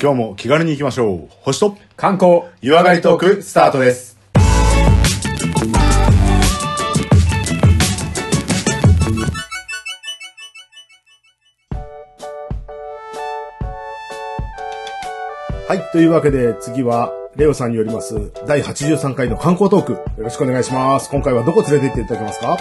今日も気軽に行きましょう。星と観光湯上がりトークスタートです。はい。というわけで、次は、レオさんによります、第83回の観光トーク、よろしくお願いします。今回はどこ連れて行っていただけますか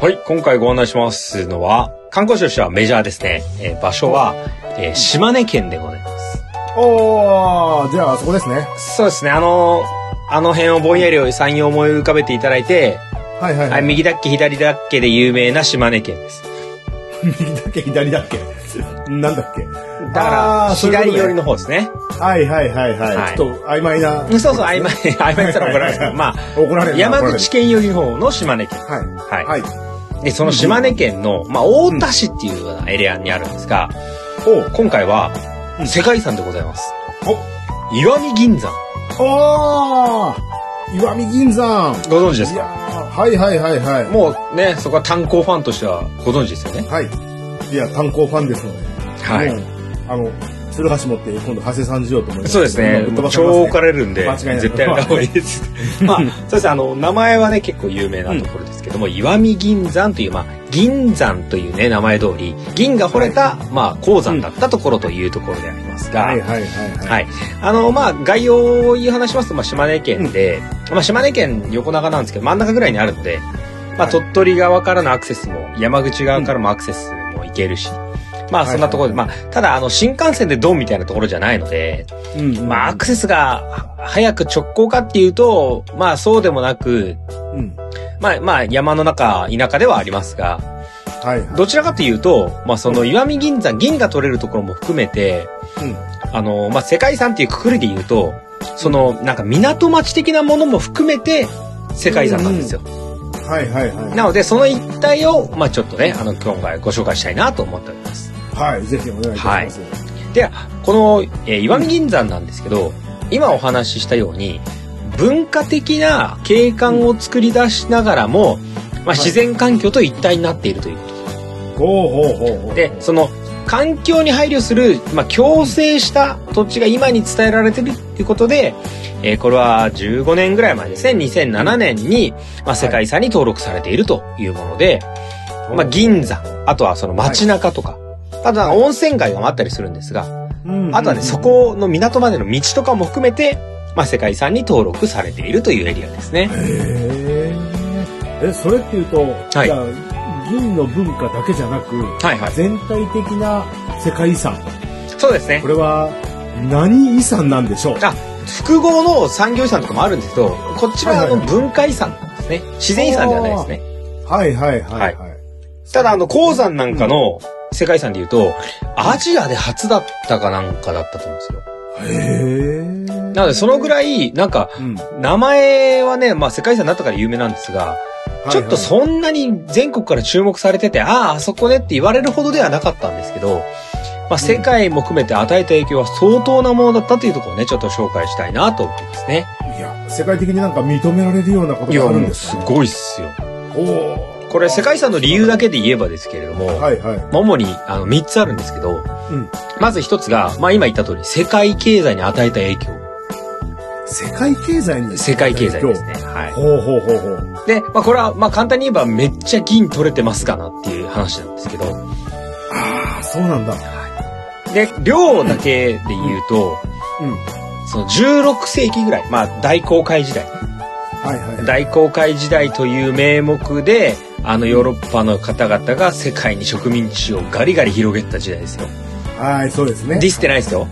はい、今回ご案内しますのは、観光地としてはメジャーですね。えー場所は、えー島根県でございます。おー、じゃあ、そこですね。そうですね、あのーあの辺をぼんやり3、4思い浮かべていただいて、はいはい、はい、右だっけ左だっけで有名な島根県です。右 だっけ、左だっけ。なんだっけ。だから、あーそういうことね左寄りの方ですね。はいはいはいはい。はいちょっと曖昧な。そうそう、曖昧、曖昧したら怒られる。 まあ、怒られるな山口県寄りの方の島根県。はい。はい。はい。で、その島根県の、まあ、大田市っていうようなエリアにあるんですが、おう今回はう、ん世界遺産でございます。岩見銀山。おー岩見銀山。ご存知ですいかやーはいはいはいはい。もうね、そこは炭鉱ファンとしてはご存知ですよね。はい。いや、炭鉱ファンですので。はいもう。あの、鶴橋持って今度、長谷さんしようと思います。そうですね。ぶっ飛ばされます超置かれるんで、間違いない絶対やった方がいいです。まあ、 そうですね。あの、名前はね、結構有名なところですけども、石見銀山という、まあ、銀山というね、名前通り、銀が掘れた、まあ、鉱山だったところというところでありますが、はいはいはいはい。はい。あの、まあ、概要を言い話しますと、まあ、島根県で、まあ、島根県横長なんですけど、真ん中ぐらいにあるので、まあ、はい鳥取側からのアクセスも、山口側からもアクセスも行けるし、まあ、そんなところで、まあ、ただ、あの、新幹線でドンみたいなところじゃないので、うんうんまあ、アクセスがは早く直行かっていうと、まあ、そうでもなく、うん。まあ、まあ、山の中、田舎ではありますが、はいはい。どちらかというと、まあ、その、岩見銀山、銀が取れるところも含めて、うんあの、まあ、世界遺産っていうくくりで言うと、その、なんか港町的なものも含めて、世界遺産なんですよ。はいはいはい。なので、その一帯を、まあ、ちょっとね、あの、今回ご紹介したいなと思っております。はい、ぜひお願いいたします。で、この、えー岩見銀山なんですけど、今お話ししたように、文化的な景観を作り出しながらも、まあ、自然環境と一体になっているということ。ほうほうほうほう。で、その、環境に配慮する、まあ、共生した土地が今に伝えられてるっていうことで、えーこれは15年ぐらい前ですね、2007年に、まあ、世界遺産に登録されているというもので、まあ、銀山、あとはその街中とか、あとは温泉街があったりするんですが、うんうんあとはね、そ。この港までの道とかも含めて、まあ、世界遺産に登録されているというエリアですね。へーえ、それっていうと、いじゃあ、銀の文化だけじゃなく、はいはい。全体的な世界遺産。そうですねこ。れは、何遺産なんでしょうあ複合の産業遺産とかもあるんですけど、こっちはあはいのはいはい文化遺産なんですね。自然遺産ではないですね。はいはいはいはい。ただあの鉱山なんかの世界遺産で言うと、アジアで初だったかなんかだったと思うんですよ。へーなのでそのぐらい、なんか、うん名前はね、まあ世界遺産になったから有名なんですが、はいちょっとそんなに全国から注目されてて、ああ、あそこねって言われるほどではなかったんですけど、まあ世界も含めて与えた影響は相当なものだったというところをね、ちょっと紹介したいなと思いますね。いや、世界的になんか認められるようなことがあるんですかごいっすよ。おーこれ世界遺産の理由だけで言えばですけれども、はいはい。主にあの3つあるんですけど、んまず1つが、まあ今言った通り、世界経済に与えた影響。世界経済に。世界経済ですね。はほうほうほうほう。い。で、まあこれは、まあ簡単に言えばめっちゃ銀取れてますかなっていう話なんですけど、ああ、そうなんだ。で、量だけで言うと、うん。その16世紀ぐらい、まあ大航海時代。はいはい。大航海時代という名目で、あのヨーロッパの方々が世界に植民地をガリガリ広げた時代ですよ。はい、そうですねデ。ィスってないですよ。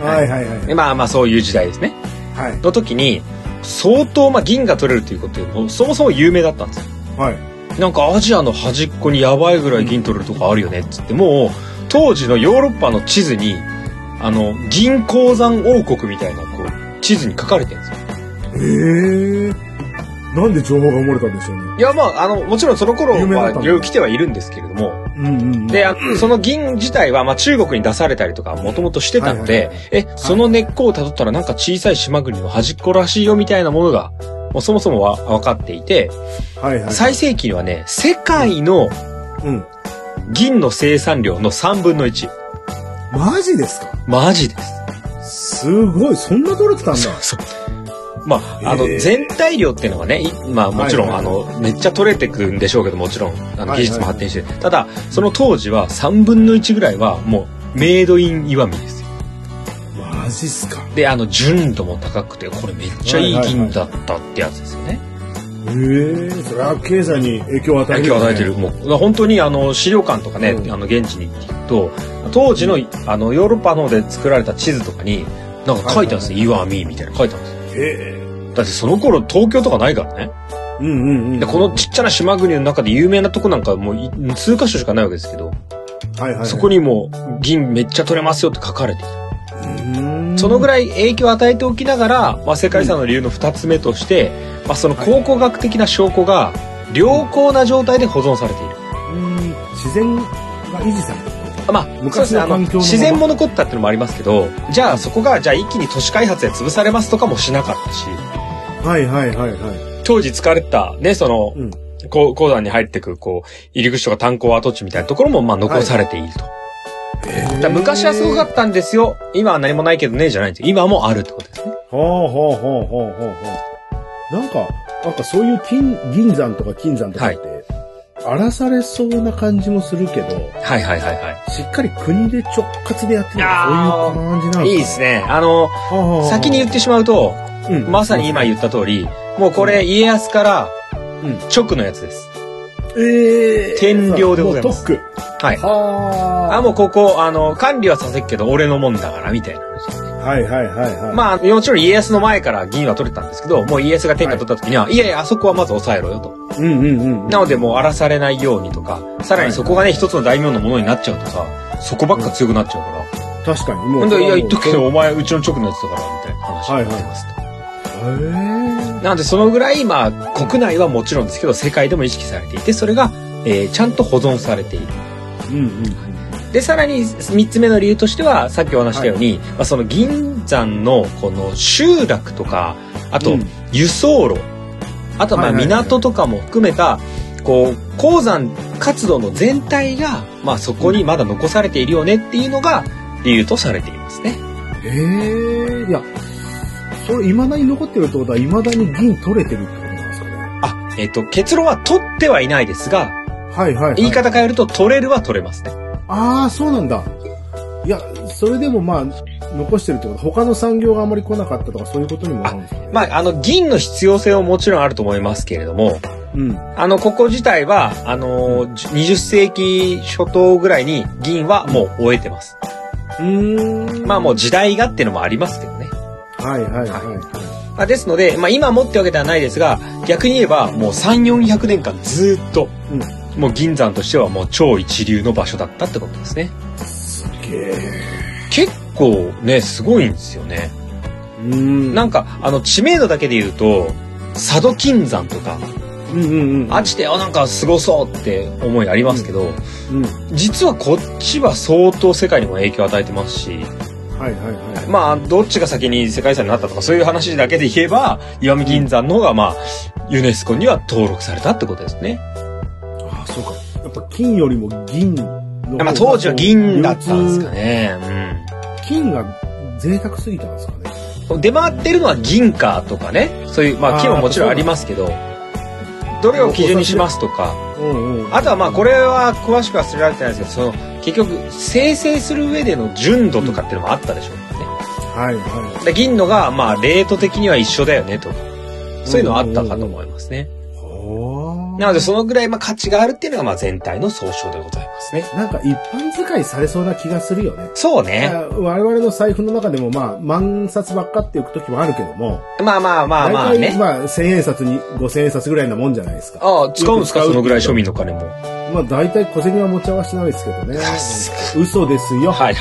はいはいはい。でまあまあそういう時代ですね。はい。の時に相当まあ銀が取れるということよりもそもそも有名だったんですよはい。なんかアジアの端っこにやばいぐらい銀取れるとこあるよねっつってもう当時のヨーロッパの地図にあの銀鉱山王国みたいなこう地図に書かれてるんですよええなんで情報が漏れたんでしょうね。いやまああのもちろんその頃有名だったんはだいろいろ来てはいるんですけれどもうんうんうん。であのその銀自体はまあ中国に出されたりとかもともとしてたのはいでえその根っこをたどったらなんか小さい島国の端っこらしいよみたいなものがもうそもそもは分かっていてはいはい。最盛期にはね、世界のうん。銀の生産量の3分の1。マジですかマジです。すごい、そんな取れてたんだ。まあ、あの、へえ全体量っていうのがね、いまあもちろん、はいはいあの、めっちゃ取れてくんでしょうけど、もちろん、あの、はいはい技術も発展して、ただ、その当時は3分の1ぐらいは、もう、メイドイン岩見ですよ。マジっすか。で、あの、純度も高くて、これめっちゃいい銀だったってやつですよね。へえ、それは経済に影響を与え影る、響を与えてる。。もう、本当に、あの、資料館とかね、うんあの、現地に行くと、当時の、あの、ヨーロッパの方で作られた地図とかに、なんか書いてあるんですよ。岩見みたいなの書いてあるんですよ。へえ。だってその頃東京とかないからね。うんうんうん。でこのちっちゃな島国の中で有名なとこなんかもうい数箇所しかないわけですけど、はいはい、そこに、にもう銀めっちゃ取れますよって書かれてるそそののぐぐらい。らい影響を与えておきながら、まあ、世界遺産の理由の2つ目として、まあ、その考古学的な証拠が良好な状態で保存されている。うん自然が維持されてる。まあ、そうで昔すねのあの環境のまま自然も残ったっていうのもありますけどじゃあそこがじゃあ一気に都市開発で潰されますとかもしなかったしはいはいはいはい。当時使われてたねその、うんこう鉱山に入ってくこう入り口とか炭鉱跡地みたいなところもまあ残されていると。だから昔はすごかったんですよ。今は何もないけどね、じゃないんですよ。今もあるってことですね。ほうほうほうほうほうほう。なんか、なんかそういう金、銀山とか金山とかって、荒らされそうな感じもするけど、はいはいはいはしっかり国で直轄でやってるあー。そういう感じなのかないいいですね。あの、はあはあ先に言ってしまうと、うんまさに今言った通り、もうこれ家康からうん直のやつです。えー天領でございますもう特はい区。。はあ、もうここ、あの、管理はさせっけど俺のもんだから、みたいな話ですね。あ。はいはいはいはい。まあ、もちろん家康の前から銀は取れたんですけど、もう家康が天下取った時には、い、やいや、あそこはまず抑えろよと。うんうんうん。なのでもう荒らされないようにとか、さらにそこがね、一つの大名のものになっちゃうとさ、そこばっか強くなっちゃうから。確かに。もほんで、いや、言っとくけへど、お前、うちの直のやつだから、みたいな話はいにはいなってますと。ーなので、そのぐらい、まあ、国内はもちろんですけど、世界でも意識されていて、それが、えーちゃんと保存されている。うんうん。で、さらに、三つ目の理由としては、さっきお話したように、まあ、その銀山の、この集落とか、あとうん、輸送路、あとはまあ、はいはいはい港とかも含めた、こう、鉱山活動の全体が、まあ、そこにまだ残されているよねっていうのが、理由とされていますね。ええいや、それ、未だに残ってるってことは、未だに銀取れてるってことなんですかね。あ、えっ、と、結論は取ってはいないですが、はいはい、はい。言い方変えると、取れるは取れますね。ああ、そうなんだ。いや、それでもまあ、残してるってこと、他の産業があまり来なかったとか、そういうことにもなるんですかね。まあ、あの、銀の必要性ももちろんあると思いますけれども、うん。あの、ここ自体は、あのー、20世紀初頭ぐらいに銀はもう終えてます。うーん。まあ、もう。う時代がっていうのもありますけどね。はいはいはいははまあ、ですので、まあ、今もってわけではないですが、逆に言えば、もう3、400年間ずーっと、もう銀山としてはもう超一流の場所だったってことですね。い。すげえ。結構ね、すごいんですよね。うんなんか、あの、知名度だけで言うと、佐渡金山とか、うんうんうん。あっちで、あ、なんか凄そうって思いありますけど、うん。実はこっちは相当世界にも影響を与えてますし、はいはいはい。まあ、どっちが先に世界遺産になったとか、そういう話だけで言えば、石見銀山の方が、まあ、ユネスコには登録されたってことですね。ああ、そうか。やっぱ金よりも銀の方が。まあ、当時は銀だったんですかね。金が贅沢すぎたんですかね。うん。出回ってるのは銀貨とかね、そういう、まあ、あー木ももちろんありますけど、どれを基準にしますとか、うんうん。あとはまあこれは詳しくは忘れられてないですけどその結局生成する上での純度とかっていうのもあったでしょうね。はいはで銀のがまあレート的には一緒だよねとかそういうのはあったかと思いますね。い。ほーなのでそのぐらいまあ価値があるっていうのがまあ全体の総称でございますね。なんか一般使いされそうな気がするよね。そういね。や我々の財布の中でもまあ、万冊ばっかっていく時もあるけども、まあまあまあまあ大体ね。まあ、千円札に五千円札ぐらいなもんじゃないですか。ああ、使うんですかよく使うそのぐらい庶民の金も。はまあ、大体小銭は持ち合わせないですけどね。嘘ですよ。いはい。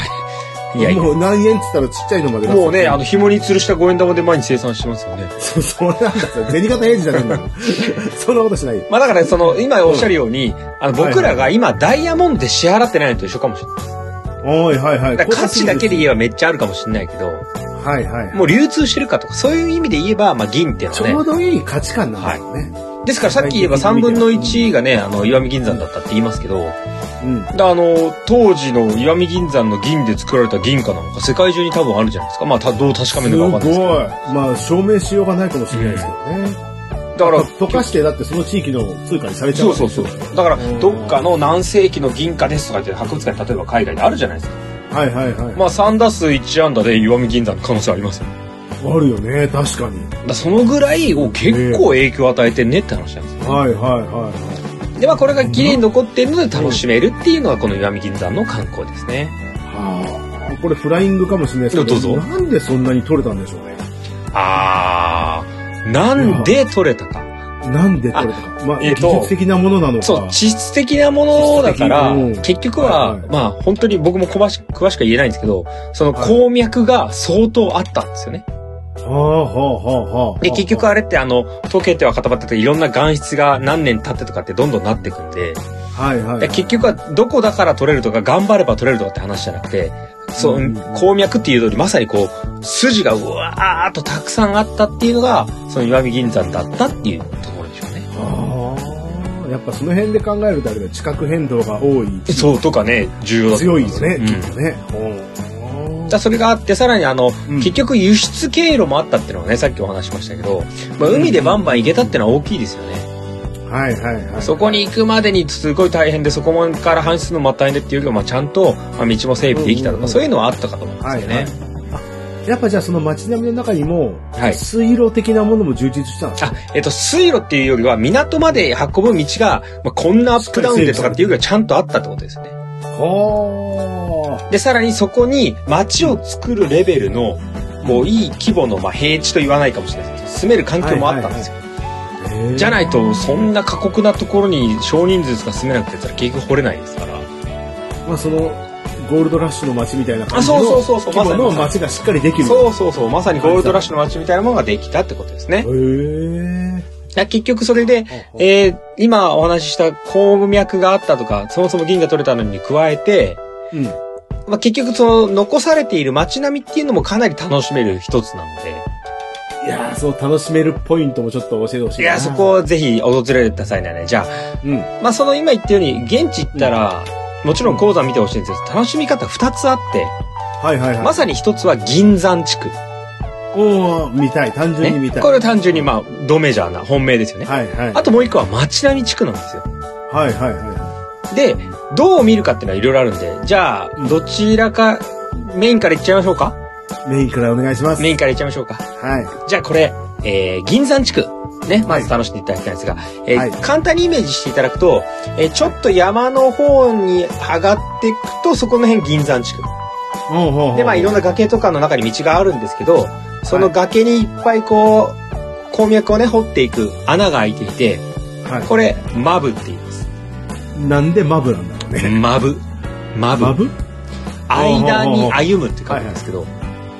いやいや。もう何円って言ったらちっちゃいのまで出すもうね、あの、紐に吊るした五円玉で毎日生産してますよね。そうそうなんですよ。銭形平次じゃねえんだ からそんなことしないよ。まあだから、その、今おっしゃるように、あの、はいはい僕らが今ダイヤモンドで支払ってないのと一緒かもしれない。おい、はいはい。だから価値だけで言えよ。ばめっちゃあるかもしれないけど、はいはい。もう流通してるかとか、そういう意味で言えば、まあ銀っていうのちょはうね、どいい価値観なんだよね。ですからさっき言えば3分の1がね、あの、石見銀山だったって言いますけど、うん。だあの、当時の石見銀山の銀で作られた銀貨なんか世界中に多分あるじゃないですか。まあ、たどう確かめするのごいかわかんないですけど。。まあ、証明しようがないかもしれないですけどね。だから、溶かして、だってその地域の通貨にされちゃ。そううそうそう。だから、どっかの何世紀の銀貨ですとかって博物館に例えば海外であるじゃないですか。はいはいはい。まあ、3打数1安打で石見銀山の可能性ありますよ。あるよね、確かに。だそのぐらいを結構影響を与えてんねって話なんですよ。はいはいはで、まあこれが綺麗に残ってるので楽しめるっていうのがこの石見銀山の観光ですね。い。はあ。これフライングかもしれないですけど、どうぞなんでそんなに取れたんでしょうね。あー、なんで取れたか。なんで取れたか。まあ、え技ーと術的なものなのか。そう、地質的なものだから地質的うん、結局は、はいはいまあ本当に僕も詳しく詳しくは言えないんですけど、その鉱脈が相当あったんですよね。はあはあはあはあ。で、結局あれってあの、溶けては固まってていろんな岩質が何年経ってとかってどんどんなってくんで、はいはいはでい。結局はどこだから取れるとか頑張れば取れるとかって話じゃなくてそう、うん鉱脈っていう通りまさにこう筋がうわーっとたくさんあったっていうのがその石見銀山だったっていうところでしょうね。ああ。やっぱその辺で考えるとあれだ地殻変動が多い。そうとかね重要だと思強いいまよすね、うんきっとね。だそれがあってさらにあの、うん結局輸出経路もあったっていうのがねさっきお話しましたけど、まあ、海でバンバン行けたってのは大きいですよね。はいはいはい。そこに行くまでにすごい大変でそこから搬出するのも大変でっていうよりはまあちゃんと、まあ、道も整備できうたとか、んうんうんそういうのはあったかと思うんですはいよはねい。。あやっぱじゃあその街並みの中にも、はい水路的なものも充実したんですかあ、えっと、水路っていうよりは、港まで運ぶ道が、まあ、こんなアップダウンでとかっていうよりはちゃんとあったってことですね。はで、さらにそこに街を作るレベルの、こう、いい規模の、まあ、平地と言わないかもしれないですけど、住める環境もあったんですよ。あじゃないと、そんな過酷なところに少人数しか住めなくてたら結局掘れないですから。まあその、ゴールドラッシュの街みたいな感じあのそうそうそうそう規模のまさにま街がしっかりできる。そうそうそう、まさにゴールドラッシュの街みたいなものができたってことですね。へえ。だから結局それで、えー今お話しした鉱脈があったとか、そもそも銀が取れたのに加えて、うん。まあ、結局その残されている街並みっていうのもかなり楽しめる一つなので、いやーその楽しめるポイントもちょっと教えてほしいいな。や、そこをぜひ訪れた際にはね、じゃうん。あ、まあその今言ったように、現地行ったら、もちろん鉱山見てほしいんですけど、楽しみ方二つあって、はいはいはい。まさに一つは銀山地区。おー、見たい。単純に見ねたい。。これ単純にまあ、ドメジャーな本命ですよね。はいはい。あともう一個は街並み地区なんですよ。はいはいはで、どう見るかっていうのはいろいろあるんで、じゃあ、どちらか、メインから行っちゃいましょうかい。メインからお願いします。メインから行っちゃいましょうか。はい。じゃあこれ、えー、銀山地区。ね、まず楽しんでいただきたいんですが、えーはい簡単にイメージしていただくと、えーちょっと山の方に上がっていくと、そこの辺銀山地区。おうおうおうで、まあいろんな崖とかの中に道があるんですけど、その崖にいっぱいこう、鉱脈をね、掘っていく穴が開いていて、はいこれ、マブって言います。なんでマブなんだろうね。マブ。マブ。マブ間に歩むって書くんですけど、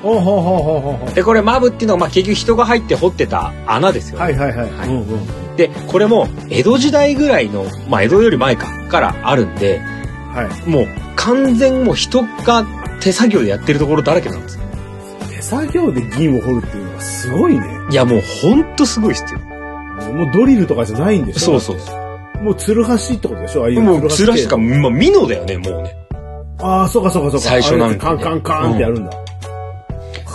おうほうほうほうほうほう。で、これマブっていうのは、まあ結局人が入って掘ってた穴ですよね。はいはいはい。はいうんうん。で、これも江戸時代ぐらいの、まあ江戸より前か、からあるんで、はもう完全もう人が手作業でやってるところだらけなんですよ。い。手作業で銀を掘るっていうのがすごいね。いやもうほんとすごいっすよ。もうドリルとかじゃないんでしそょうそうそ。もうツルハシってことでしょああいうう。もうつらしか、も。まあミノだよね、もうね。ああ、そうかそうかそうか。最初なんかあねれカンカンカンってやるんだ。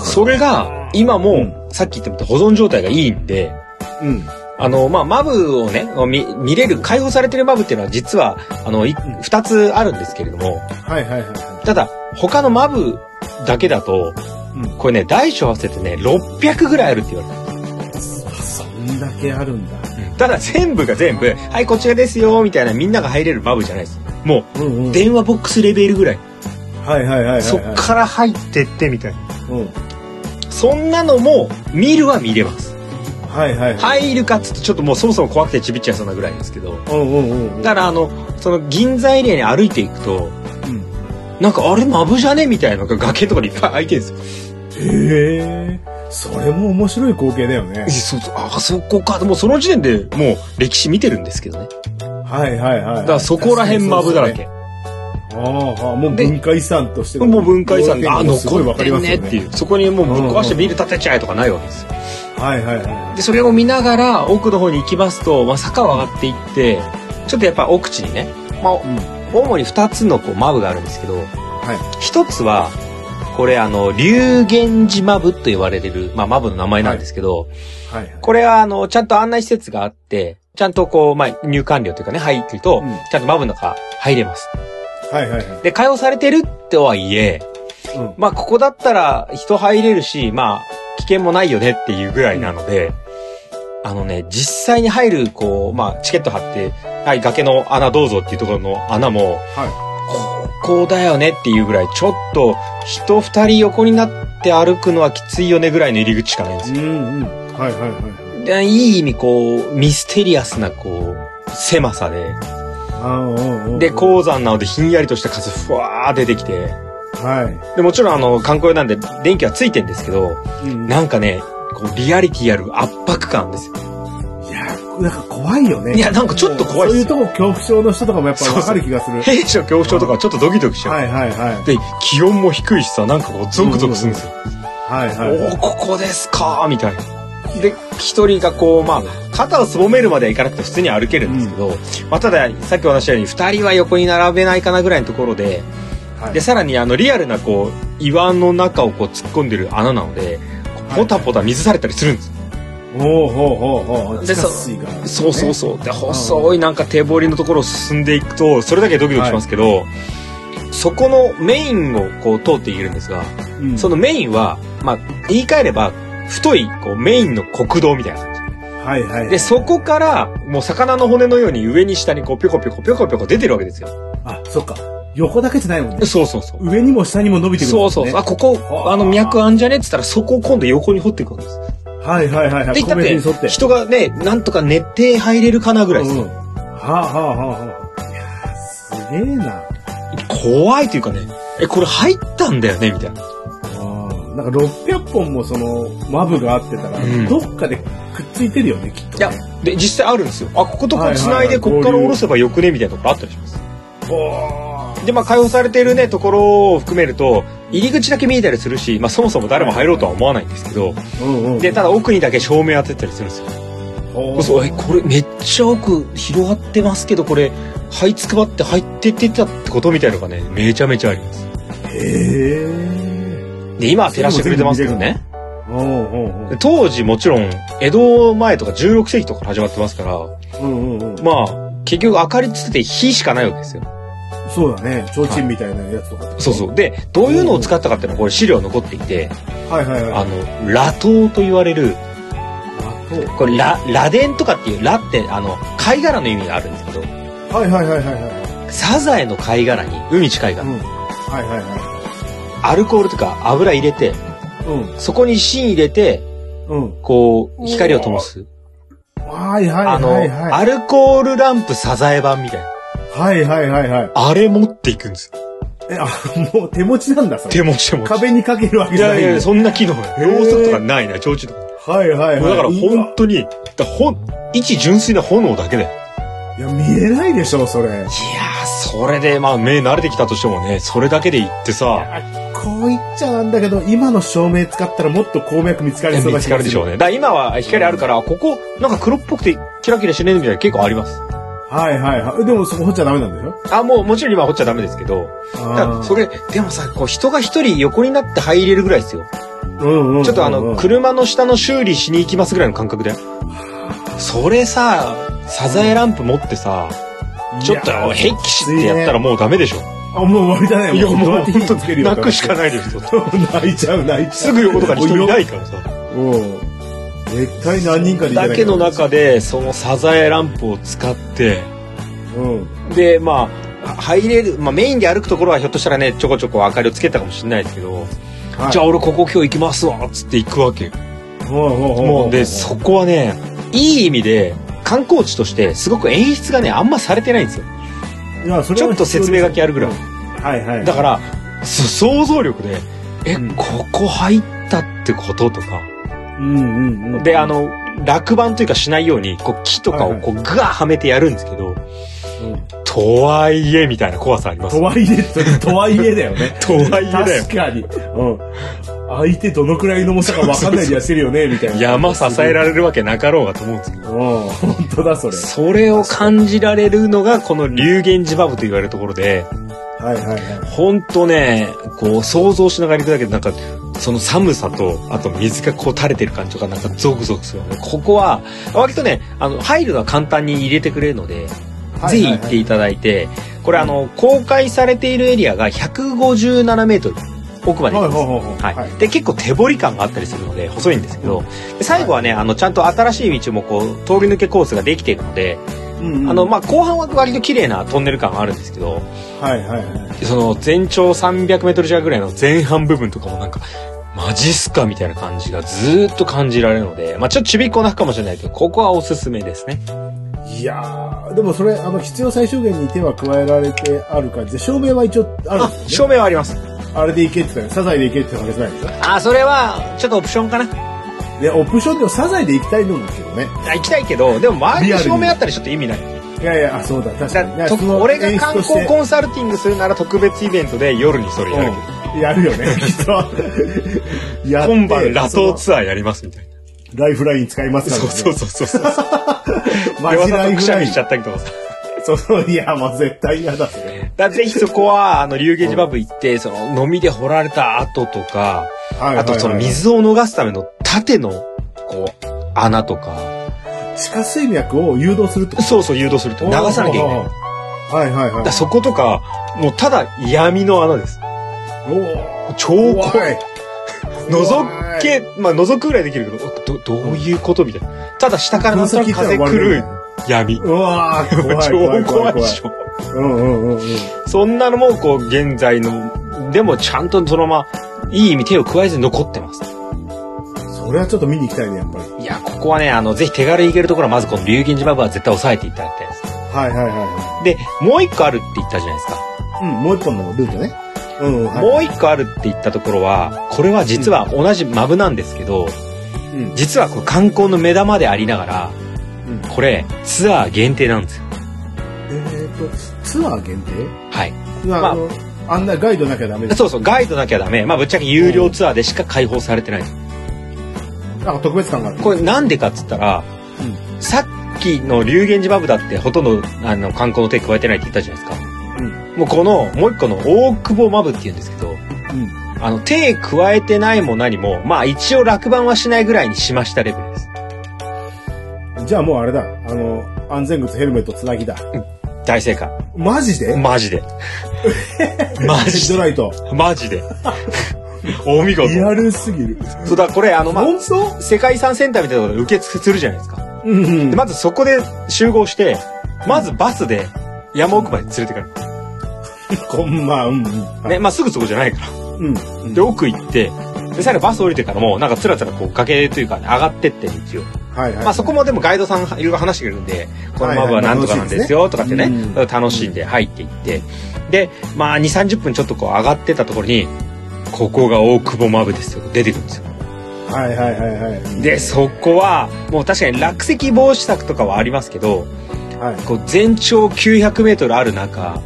それが、今うも、さっき言ったみたいに保存状態がいいんで、うん。あの、まあ、マブをね、見、見れる、解放されてるマブっていうのは実は、あの、いん二つあるんですけれども、はいはいはいはただ、他のマブだけだと、うんこれね、大小合わせてね、600ぐらいあるって言われてるい。そんだけあるんだ。ただ全部が全部「はいこちらですよ」みたいなみんなが入れるバブじゃないですもうんう。うん電話ボックスレベルぐらいはいはいはいはいはい。そっから入ってってみたいなうん。そんなのも見るは見れますはいはいはい。入るかっつってちょっともうそもそも怖くてちびっちゃいそうなぐらいですけどうんうんうんうん。だからあのその銀座エリアに歩いていくとうん。なんかあれマブじゃねみたいなのが崖とかでいっぱい開いてるんですよへえ。それも面白い光景だよねえ。そうそうあそこかもうその時点でもう歴史見てるんですけどねはいはいはい。だからそこら辺マブだら。けああ、もうで文化遺産としてのもう文化遺産要あ件もすごい残わっかてりまんすねよっていうそこにもうぶっ壊してビル建てちゃえとかないわけですよはいはいはでそれを見ながら奥の方に行きますと、まあ、坂を上がっていってちょっとやっぱ奥地にね、まあい。うん。主に2つのこうマブがあるんですけど、は一つはこれあの龍源寺マブと言われてる、まあ、マブの名前なんですけど、はいはい。これはあのちゃんと案内施設があってちゃんとこう、まあ、入館料というかね入ると、うんちゃんとマブの中入れます。はいはいはい。で解放されてるってはいえうん。まあここだったら人入れるし、まあ危険もないよねっていうぐらいなので、あのね、実際に入る、こう、まあチケット貼って、はい、崖の穴どうぞっていうところの穴も、ここだよねっていうぐらい、ちょっと人二人横になって歩くのはきついよねぐらいの入り口しかないんですよ。うんうん。はいはいはい。でいい意味こう、ミステリアスなこう、狭さで、あーうんうんうん。で、鉱山なのでひんやりとした風ふわー出てきて、う。はで、もちろんあの、観光用なんで電気はついてんですけど、い。うんなんかね、こうリアリティある圧迫感ですよ。いや、なんか怖いよね。いや、なんかちょっと怖いそういうですよ。とこ恐怖症の人とかもやっぱ分かる気がする。兵士の恐怖症とかちょっとドキドキしちゃう。はいはいはい。で、気温も低いしさ、なんかこうゾクゾクするんですよ。はいはい。おお、ここですかーみたいな。で、一人がこう、まあ、肩をすぼめるまではいかなくて普通に歩けるんですけど、まあ、ただ、さっきお話ししたように、二人は横に並べないかなぐらいのところで、はいで、さらに、あの、リアルな、こう、岩の中をこう、突っ込んでる穴なので、ポタポタ水されたりするんですよ。おうほうほうほう。でそ地下水がそうそうそう。で、細いなんか堤防りのところを進んでいくと、それだけドキドキしますけど、そこのメインをこう通っていけるんですが、うんそのメインは、まあ、言い換えれば、太いこうメインの国道みたいな感じ。はいはい。で、そこから、もう魚の骨のように上に下にこうピョコピョコピョコピョコ出てるわけですよ。あ、そっか。横だけじゃないもんね。そうそうそう。上にも下にも伸びてくるもんそうね。そうそう。あ、ここ、あの、脈あんじゃねって言ったら、そこを今度横に掘っていくわけです。はいはいはいはい。で、言った米に沿っってて、。人がね、なんとか寝て入れるかなぐらいですうんよ。はあはあはあはあ。いやーすげえな。怖いというかね、え、これ入ったんだよねみたいな。あーなんか600本もその、マブがあってたら、うんどっかでくっついてるよね、きっと、ね。いやで、実際あるんですよ。あ、こことこはういはい繋いで、こっから合流下ろせばよくねみたいなところあったりします。おーで、まあ、解放されているね、ところを含めると、入り口だけ見えたりするし、まあ、そもそも誰も入ろうとは思わないんですけど、うんうん。で、ただ奥にだけ照明当てたりするんですよ。おーそうえこれめっちゃ奥広がってますけどこれ這いつくばって入ってってたってことみたいのがねめちゃめちゃありますへえ。で今は照らしてくれてますけどねおうんうんうん。当時もちろん江戸前とか16世紀とかから始まってますからうんうんうん。まあ結局明かりつって火しかないわけですよそうだね。提灯みたいなやつとか。そうそうでどういうのを使ったかっていうのはこれ資料残っていてはいはいはい。あの羅頭と言われるこれ羅羅伝とかっていう羅ってあの貝殻の意味があるんですけどはいはいはいはいはい。サザエの貝殻に海近いかうらん。はいはいはアルコールとか油入れてい。うん。そこに芯入れて、うん。こう、光を灯す。はいはいあの、はいはい。アルコールランプサザエ版みたいな。はいはいはいはい。あれ持っていくんですよ。え、あ、もう手持ちなんだ、それ。手持ち手持ち。壁にかけるわけいじゃなやい。いや、そんな機能ない。へーろうそくとかないな、提灯とか。はいはいもはうい。だからうわ本当に、だほん、一純粋な炎だけで。いやいや、見えないでしょ、それ。ー、それで、まあ、目慣れてきたとしてもね、それだけで行ってさ、こう言っちゃなんだけど、今の照明使ったらもっと鉱脈見つかりそう見だつかるでしょうね。だから今は光あるから、ここ、なんか黒っぽくてキラキラしてねえみたいな結構あります。はいはいはい。でもそこ掘っちゃダメなんだよ。あ、もう、もちろん今掘っちゃダメですけど、だからそれ、れ、でもさ、こう人が一人横になって入れるぐらいですよ。うんうんうんちょっとあの、車の下の修理しに行きますぐらいの感覚で。それさ、サザエランプ持ってさ、ちょっと、いやヘッキシってやったらもうダメでしょ。あ、もう終わりだね。いや、もう、ヒントつけるよ。泣くしかないですよ。泣いちゃう、泣いちゃう。。すぐ横とかに人いないいからさ。うん。絶対何人かでいただけのなきゃ中で、そのサザエランプを使って、うん。で、まあ、入れる、まあメインで歩くところはひょっとしたらね、ちょこちょこ明かりをつけたかもしれないですけど、はいじゃあ俺ここ今日行きますわ、つって行くわけよほうほうほうもうでそこはねいい意味で観光地としてすごく演出がねあんまされてないんですよいやそれちはょっと説明書きあるぐらいはいはい。だからそ想像力でえ、うんここ入ったってこととかうんうんうん。であ、の落盤というかしないようにこう木とかをこうグワーはめてやるんですけど、うんとはいえみたいな怖さありますとはいえ、ととはいえだよね。とはいえだよ確かに。うん。相手どのくらいの重さか分かんないでやってるよ ね、みたいな。山支えられるわけなかろうがと思うんですけど。うん、本当だ、それ。それを感じられるのが、この流言磁バブと言われるところで、はいはいはい。ほんとね、こう想像しながら行くだけで、なんか、その寒さと、あと水がこう垂れてる感じとか、なんかゾクゾクするよね。ここは、割とね、あの、入るのは簡単に入れてくれるので、ぜひ行っていただいて、これあの、公開されているエリアが157メートル奥まで行きます。はいはいはい。ははいい、で結構手掘り感があったりするので細いんですけどで最後はねあのちゃんと新しい道もこう通り抜けコースができているので、うんうんあのまあ、後半は割と綺麗なトンネル感があるんですけどはいはいはい。その全長 300m 弱ぐらいの前半部分とかもなんかマジっすかみたいな感じがずーっと感じられるので、まあ、ちょっとちびっこなかもしれないけどここはおすすめですね。いやー、でもそれ、あの、必要最小限に手は加えられてある感じで、照明は一応あるんあですよ照ね。明はあります。あれでいけって言ったら、サザエでいけって言ったわけじゃないでしょ。あそれはちょっとオプションかないや、オプションでもサザエで行きたいと思うんですけどね。あ行きたいけどでも周りにリアルに照明あったらちょっと意味ない。いやいや、あそうだ、確かだに。ねとその俺が演出観として光コンサルティングするなら特別イベントで夜にそれやるけど、うんやるよね、 きっと。やって今晩ラトーツアーやりますみたいなそのライフライン使いますから、そうね。そうそうそうそうう。マジライくフしゃラみインしち。ゃったりとかさそうそう、いや、もう絶対嫌だ、それ。だからぜひそこはあの流ゲージバブ行ってその飲みで掘られた跡とかはいはいはいあとその。水を逃すための縦のこう穴とか地下水脈を誘導するってこそうそう誘導するとと流さなきゃいけないだか。はいはいはいら。そことかもうただ闇の穴ですおお。超怖い怖い。 覗け、まあ、覗くぐらいできるけど、ど、どういうことみたいな。ただ下からなんとなく風来る闇。うわー、怖い。怖超い怖い怖いで怖い。しょ。うんうんうんうん。そんなのも、こう、現在の、でもちゃんとそのまま、いい意味手を加えず残ってます。それはちょっと見に行きたいね、やっぱり。いや、ここはね、あの、ぜひ手軽に行けるところは、まずこの竜銀寺バブは絶対押さえていただきたいです。はいはいはいはで、もう一個あるって言ったじゃないですか。い。うん、もう一本のルートね。うん、はい。もう一個あるって言ったところは、これは実は同じマブなんですけど、うん実はこれ観光の目玉でありながら、うんこれ、ツアー限定なんですよ。えーと、ツアー限定はい。まあ、のあんなガイドなきゃダメです。そうそう、ガイドなきゃダメ。まあ、ぶっちゃけ有料ツアーでしか開放されてない。なんか特別感がある。これなんでかっつったら、うさっきの流言寺バブだってほとんどあの観光の手加えてないって言ったじゃないですか。もうこの、もう一個の大久保マブって言うんですけど、うんあの、手加えてないも何も、まあ一応落盤はしないぐらいにしましたレベルです。うん。じゃあもうあれだ。あの、安全靴、ヘルメット、つなぎだ。大正解。マジでマ ジで。マヘッジドで。ライト。マ ジで。お見事。リアルすぎる。そうだ、これあの、まあ、本当世界遺産センターみたいなところで受付するじゃないですか。うんうんで、。まずそこで集合して、まずバスで山奥まで連れてかれる。こんまあ、うんうん。ね、まあ、すぐそこじゃないから。うん。で、奥行って、で、さらにバス降りてからも、なんかつらつらこう崖というかね、上がってって道を。はいはい。まあ、そこもでもガイドさんいろいろ話してくれるんで、このマブはなんとかなんですよ、とかってねはいはい、楽楽しんで入っていって。で、まあ、2、30分ちょっとこう上がってったところに、ここが大久保マブですよ。出てくるんですよ。はいはいはいはい。で、そこは、もう確かに落石防止策とかはありますけど、はい。こう全長900メートルある中、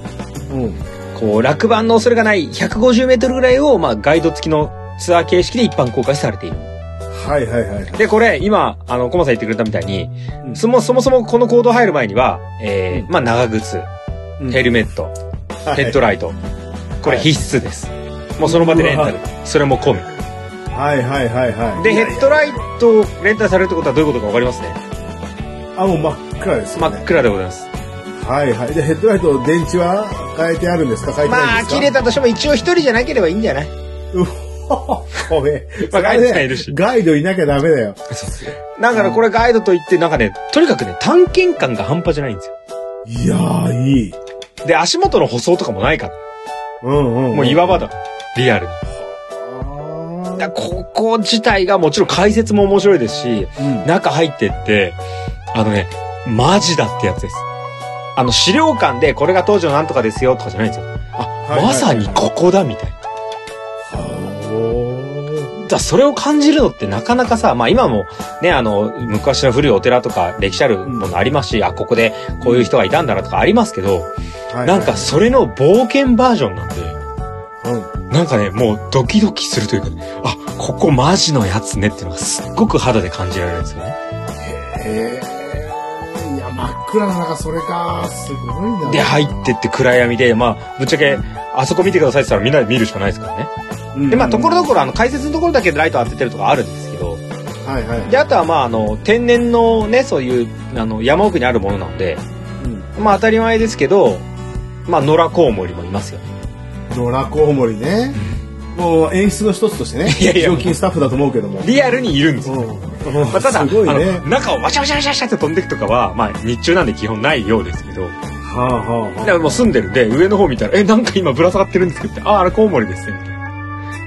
うん。こう落盤の恐れがない150メートルぐらいを、まあ、ガイド付きのツアー形式で一般公開されている。はいはいはい。で、これ、今、あの、コマさん言ってくれたみたいに、うんそもそもそもこの行動入る前には、えーうまあ、長靴、ヘルメット、ヘッドライト、これ必須です。もうその場でレンタルう。それも込み。はいはいはいはい。で、ヘッドライトをレンタルされるってことはどういうことかわかりますね。あ、もう真っ暗です、ね。真っ暗でございます。はいはい。で、ヘッドライト、電池は変えてあるんですか変えてまないあ、んですか切れたとしても一応一人じゃなければいいんじゃないうお おめえまあガイドさんいるしガイドいなきゃダメだよ。だからこれガイドといって、なんかね、とにかくね、探検感が半端じゃないんですよ。いやー、いい。で、足元の舗装とかもないから。うんうん、うん。もう岩場だ。リアルに。あーだここ自体がもちろん解説も面白いですし、うん中入ってって、あのね、マジだってやつです。あの、資料館でこれが当時のなんとかですよとかじゃないんですよ。はいあ、はいまさにここだみたいな。はだからそれを感じるのってなかなかさ、まあ今もね、あの、昔の古いお寺とか歴史あるものありますし、あ、ここでこういう人がいたんだなとかありますけど、ーはいなんか、それの冒険バージョンなんで、うん、なんかね、もうドキドキするというか、あ、ここマジのやつねっていうのがすっごく肌で感じられるんですよね。へえ。いや、真っ暗な中、それか。すごいな。で、入ってって暗闇で、まあ、ぶっちゃけ、あそこ見てくださいって言ったらみんなで見るしかないですからね。うんで、まあ、ところどころ、あの、解説のところだけでライト当ててるとかあるんですけど、はいはい。で、あとはまあ、あの、天然のね、そういう、あの、山奥にあるものなので、うんまあ、当たり前ですけど、まあ、野良コウモリもいますよね。野良コウモリね。もう演出の一つとしてね、いやいや常勤スタッフだと思うけども。リアルにいるんですよ。うんまあ、ただ、すごいね。あの中をワシャワシャワシャワシャって飛んでいくとかは、まあ、日中なんで基本ないようですけど、はあはあだはからもう住んでるんで、上の方見たら、え、なんか今ぶら下がってるんですけどって、あ、あれコウモリですね、みたいな。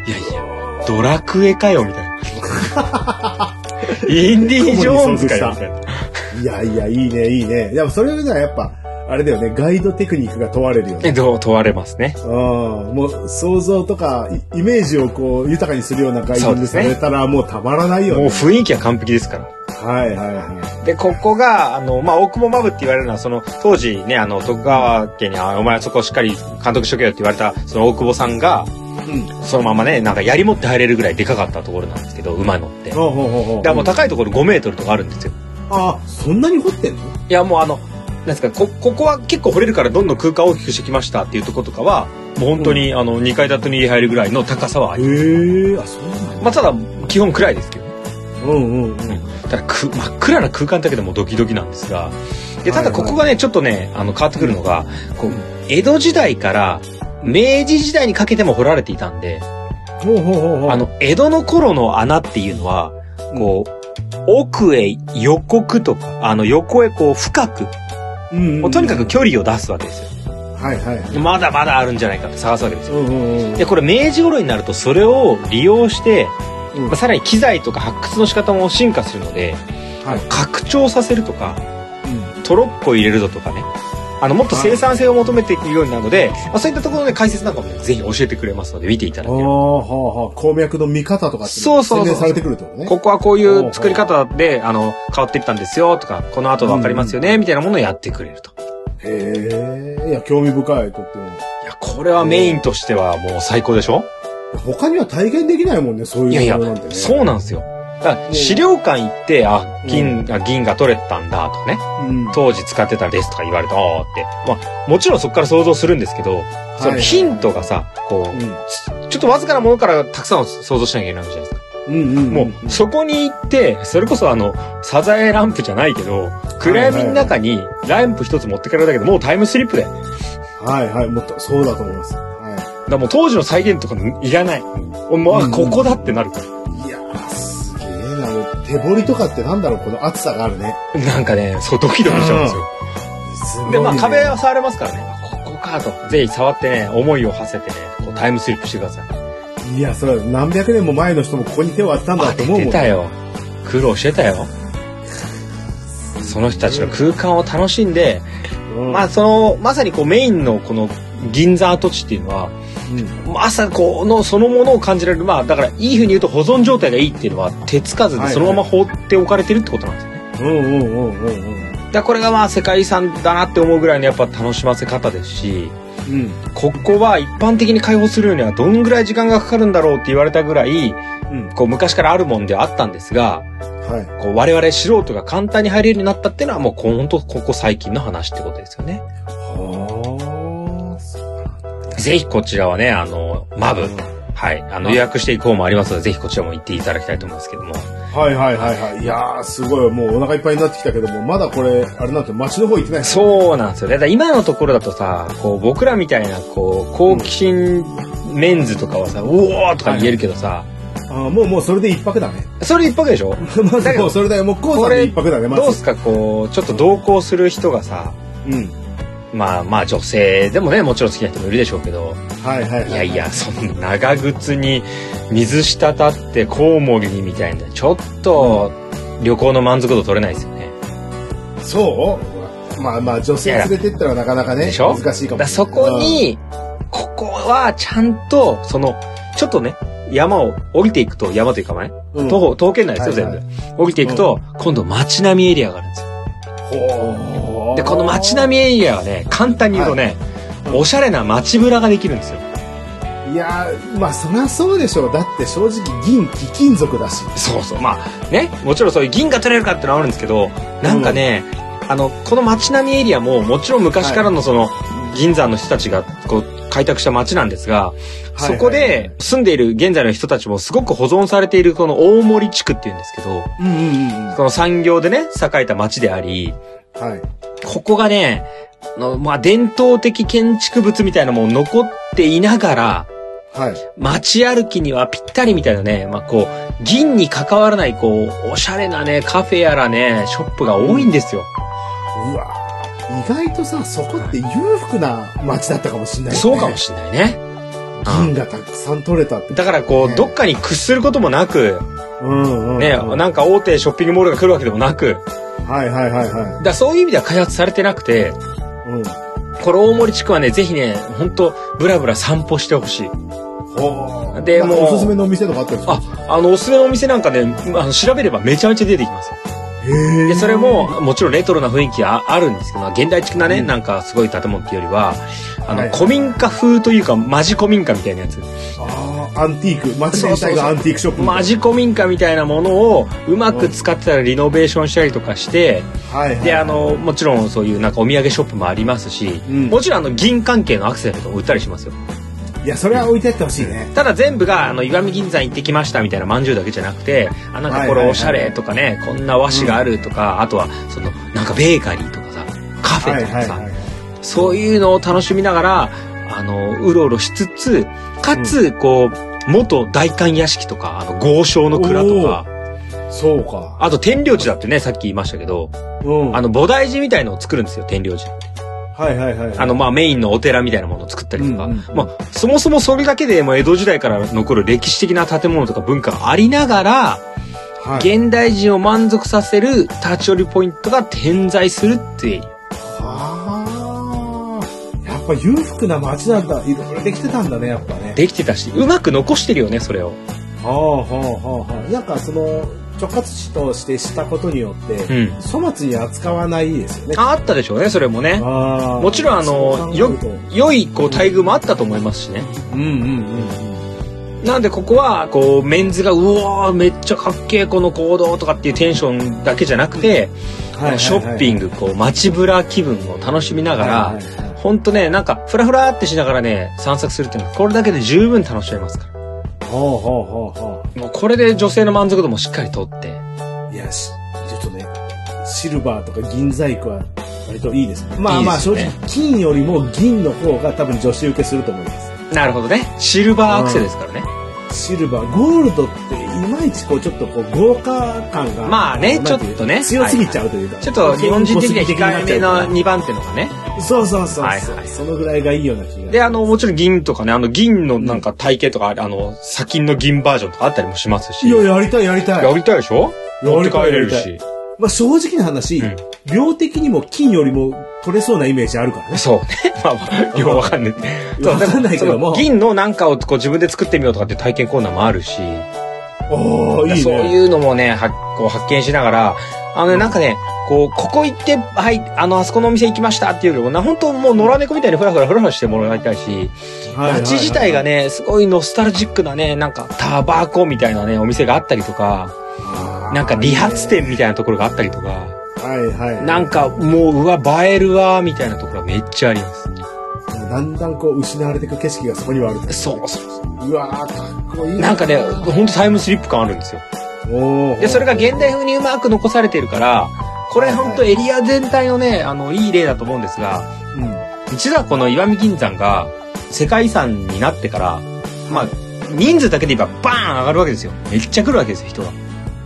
いやいや、ドラクエかよ、みたいな。 インディ・ージョーンズかよ、みたいな。あ。いやいや、いいね、いいね。でもそれよりはやっぱ、あれだよね、ガイドテクニックが問われるよえ、ね。どう問われますね。うん、もう想像とかイイメージをこう豊かにするようなガイドそうにですさねれたらもうたまらないよもうね。雰囲気は完璧ですから。はいはいはで、ここが、あの、まあ、大久保マブって言われるのは、その、当時ね、あの、徳川家に、あお前はそこしっかり監督しとけよって言われた、その大久保さんが、い。うん。そのままね、なんか槍持って入れるぐらいでかかったところなんですけど、馬乗って。だかほうほうほうほう。らもう高いところ5メートルとかあるんですよ。あ、そんなに掘ってんのいや、もうあの、なんですか、こ、ここは結構掘れるからどんどん空間大きくしてきましたっていうところとかは、もう本当に、あの、2階建てに入るぐらいの高さはありまへえ、あ、そうなんだす。まあ、ただ、基本暗いですけどね。うんうんうん。ただく真っ暗な空間だけでもドキドキなんですがでただここがねちょっとねあの変わってくるのがこう江戸時代から明治時代にかけても掘られていたんでほうほうほうほう。あの江戸の頃の穴っていうのはこう奥へ横くとかあの横へこう深くうんうんうん、もうとにかく距離を出すわけですよ。はいはいはい。まだまだあるんじゃないかって探すわけですよ。うんうんうん。でこれ明治頃になるとそれを利用して、うんまあさらに機材とか発掘の仕方も進化するので、はい拡張させるとかうトロッコ入れるぞとかねあのもっと生産性を求めていくようになるので、まあ、そういったところで解説なんかもねぜひ教えてくれますので見ていたん。だけあればあ、はあはあ。鉱脈の見方とかってそうそうそう宣伝されてくるってことね。ここはこういう作り方であの変わっていったんですよとかこの後分かりますよねみたいなものをやってくれるとへえ。いや、興味深い、とっても。いやこれはメインとしてはもう最高でしょ他には体験できないもんね、そういいやういやものなんてね。そうなんですよだから資料館行ってあ金あ銀が取れたんだとかねうん。当時使ってたですとか言われたあーってまあもちろんそこから想像するんですけどそのヒントがさこううちょっとわずかなものからたくさんを想像しなきゃいけないわけじゃないですか。ん。うんうんうん。もう、そこに行って、それこそあの、サザエランプじゃないけど、暗闇の中にランプ一つ持ってかれるだけでもうタイムスリップだよ。だかはいはい。もっと、そうだと思います。はらもう当時の再現とかいらない。もう、あ、ここだってなるかい。いやー、すげえな。もう手掘りとかってなんだろう、この暑さがあるね。ら。なんかね、そうドキドキしちゃうんですよ。すごいねで、まあ壁は触れますからね。ここかと。ぜひ触ってね、思いを馳せてね、こうタイムスリップしてください。いや、それは何百年も前の人もここに手を当てたんだと思うも出ん。たよ。苦労してたよ。その人たちの空間を楽しんで、うんまあ、そのまさにこうメインのこの銀座跡地っていうのはうんまさこのそのものを感じられるまあだからいいふうに言うと保存状態がいいっていうのは手つかずでそのまま放っておかれてるってことなんですよね。うんうんうんうんうん。だからこれがまあ世界遺産だなって思うぐらいのやっぱ楽しませ方ですしうん。ここは一般的に開放するにはどんぐらい時間がかかるんだろうって言われたぐらいうん。こう昔からあるもんではあったんですがはい。こう我々素人が簡単に入れるようになったっていうのはもうこう本当ここ最近の話ってことですよね。はぜひこちらはねあのマブはい。あの、はい予約していこうもありますので、ぜひこちらも行っていただきたいと思うんですけども。はいはいはいはい。いやー、すごい。もうお腹いっぱいになってきたけども、まだこれ、あれなんて街の方行ってないですそうなんですよね。だから今のところだとさ、こう、僕らみたいな、こう、好奇心メンズとかはさ、うおーとか言えるけどさ、あーもうもうそれで一泊だ ね。それ一泊でしょまだずもけどうそれだよ。もうコウさんで一泊だね、まず。どうすか、こう、ちょっと同行する人がさ、うん。まあまあ女性でもね、もちろん好きな人もいるでしょうけど、はいはいはい。いやいや、そんな長靴に水滴ってコウモリにみたいな、ちょっと旅行の満足度取れないですよね。そうまあまあ、女性連れてったらなかなかね、でしょ難しいかだもしれかならい。そこに、ここはちゃんと、その、ちょっとね、山を降りていくと、山というかね、うん、徒歩、徒歩圏内ですよ、はいは全い部。降りていくと、今度街並みエリアがあるんですよ。ほーで、この街並みエリアはね、簡単に言うとね、おしゃれな街ぶらができるんですよ。ういやーまあそりゃそうでしょうだって正直銀貴金属だしそうそうまあねもちろんそういう銀が取れるかってのはあるんですけどなんかね、あのこの町並みエリアももちろん昔からのその、銀山の人たちがこう開拓した町なんですが、はいそこで住んでいる現在の人たちもすごく保存されているこの大森地区っていうんですけどうんうんうんはこの産業でね栄えた町でありいここがねあの、まあ、伝統的建築物みたいなのも残っていながらはい街歩きにはぴったりみたいなね、まあ、こう、銀に関わらない、こう、おしゃれなね、カフェやらね、ショップが多いんですよ。うわー意外とさそこって裕福な街だったかもしれない、ね、そうかもしんないね。銀がたくさん取れたってだからこねう、どっかに屈することもなく、うんうんうんね、はなんか大手ショッピングモールが来るわけでもなく、いはいはいはだからそういう意味では開発されてなくて、いうんこれ大森地区はね、ぜひね、ほんと、ブラブラ散歩してほしい。ほうでなんかもうおすすめのお店とかあったりするあ、あの、おすすめのお店なんかね、あの調べればめちゃめちゃ出てきます。へでえそれももちろんレトロな雰囲気がああるんですけど、まあ現代的なね、うんなんかすごい建物っていうよりはあの、はい古民家風というかマジ古民家みたいなやつあーアンティーク街全体がアンティークショップみたいなマジ古民家みたいなものをうまく使ってたらリノベーションしたりとかしてはいはいであのもちろんそういうなんかお土産ショップもありますし、うんもちろんあの銀関係のアクセサリーとか売ったりしますよいやそれは置いてってほしいねただ全部があの石見銀山行ってきましたみたいなまんじゅうだけじゃなくてあなんかこはいはいはれいおしゃれとかね、こんな和紙があるとか、あとはそのなんかベーカリーとかさカフはェいとかさ、はいはいそういうのを楽しみながら、あの、うろうろしつつ、かつ、こう、元大官屋敷とか、あの、豪商の蔵とか、そうかあと天領地だってね、さっき言いましたけど、うんあの、菩提寺みたいのを作るんですよ、天領寺。はいはいはいあの、まあ、メインのお寺みたいなものを作ったりとか、うんうんうんまあ、そもそもそれだけでもう江戸時代から残る歴史的な建物とか文化がありながら、はい現代人を満足させる立ち寄りポイントが点在するっていう。あーやっぱ裕福な街なんだいろいろできてたんだねやっぱねできてたし、うまく残してるよね、それを。はあはあはあなんかその直轄地としてしたことによって、うん。粗末に扱わないですよねああったでしょうね、それもね。あーもちろんあのそう考えると良いこう待遇もあったと思いますしね。うんうんうんなんでここはこうメンズがうわーめっちゃかっけえこの行動とかっていうテンションだけじゃなくて、ショッピンググこう街ブラ気分を楽しみながら、ほんとねなんかフラフラってしながらね散策するっていうのはこれだけで十分楽しめますから。ほうほうほうほもうこれで女性の満足度もしっかりとって。ういやしちょっとねシルバーとか銀細工は割といいですまあまあいいです正よね直金よりも銀の方が多分女子受けすると思いますなるほどね。シルバーアクセですからね。シルバーゴールドっていまいちこうちょっとこう豪華感がまあねなんていうちょっとね強すぎちゃうというか、ちょっと日本人的には控えめなに2番手のがね。そうそうそうそう、はいはいそのぐらいがいいような気がで、あの、もちろん銀とかね、あの、銀のなんか体型とか、あの、砂金の銀バージョンとかあったりもしますし。いややりたいやりたいやりたいでしょや持っりて帰たいれるやりし。まあ正直な話、うん量的にも金よりも取れそうなイメージあるからねそう ね。まあまあ、ようわかんない。わかんないけどもそう銀のなんかをこう自分で作ってみようとかっていう体験コーナーもあるし。おおいいねそういうのもね、はこう発見しながら、あのね、なんかね、こう、ここ行って、はい、あの、あそこのお店行きましたっていうよりも、な、本当もう野良猫みたいにふらふらふらふらしてもらいたいし、はいはいはい街自体がね、すごいノスタルジックなね、なんか、タバコみたいなね、お店があったりとか、あーなんか理髪店みたいなところがあったりとか、はいはいなんかもう、うわ、映えるわ、みたいなところがめっちゃあります。だんだんこう失われていく景色がそこにはあるそうそう。わーかっこいういなんかね、ほんとタイムスリップ感あるんですよ。おーで、それが現代風にうまく残されてるから、これほんとエリア全体のね、あの、いい例だと思うんですが、うん一度はこの石見銀山が世界遺産になってから、まあ、人数だけで言えばバーン上がるわけですよ。めっちゃ来るわけですよ、人が。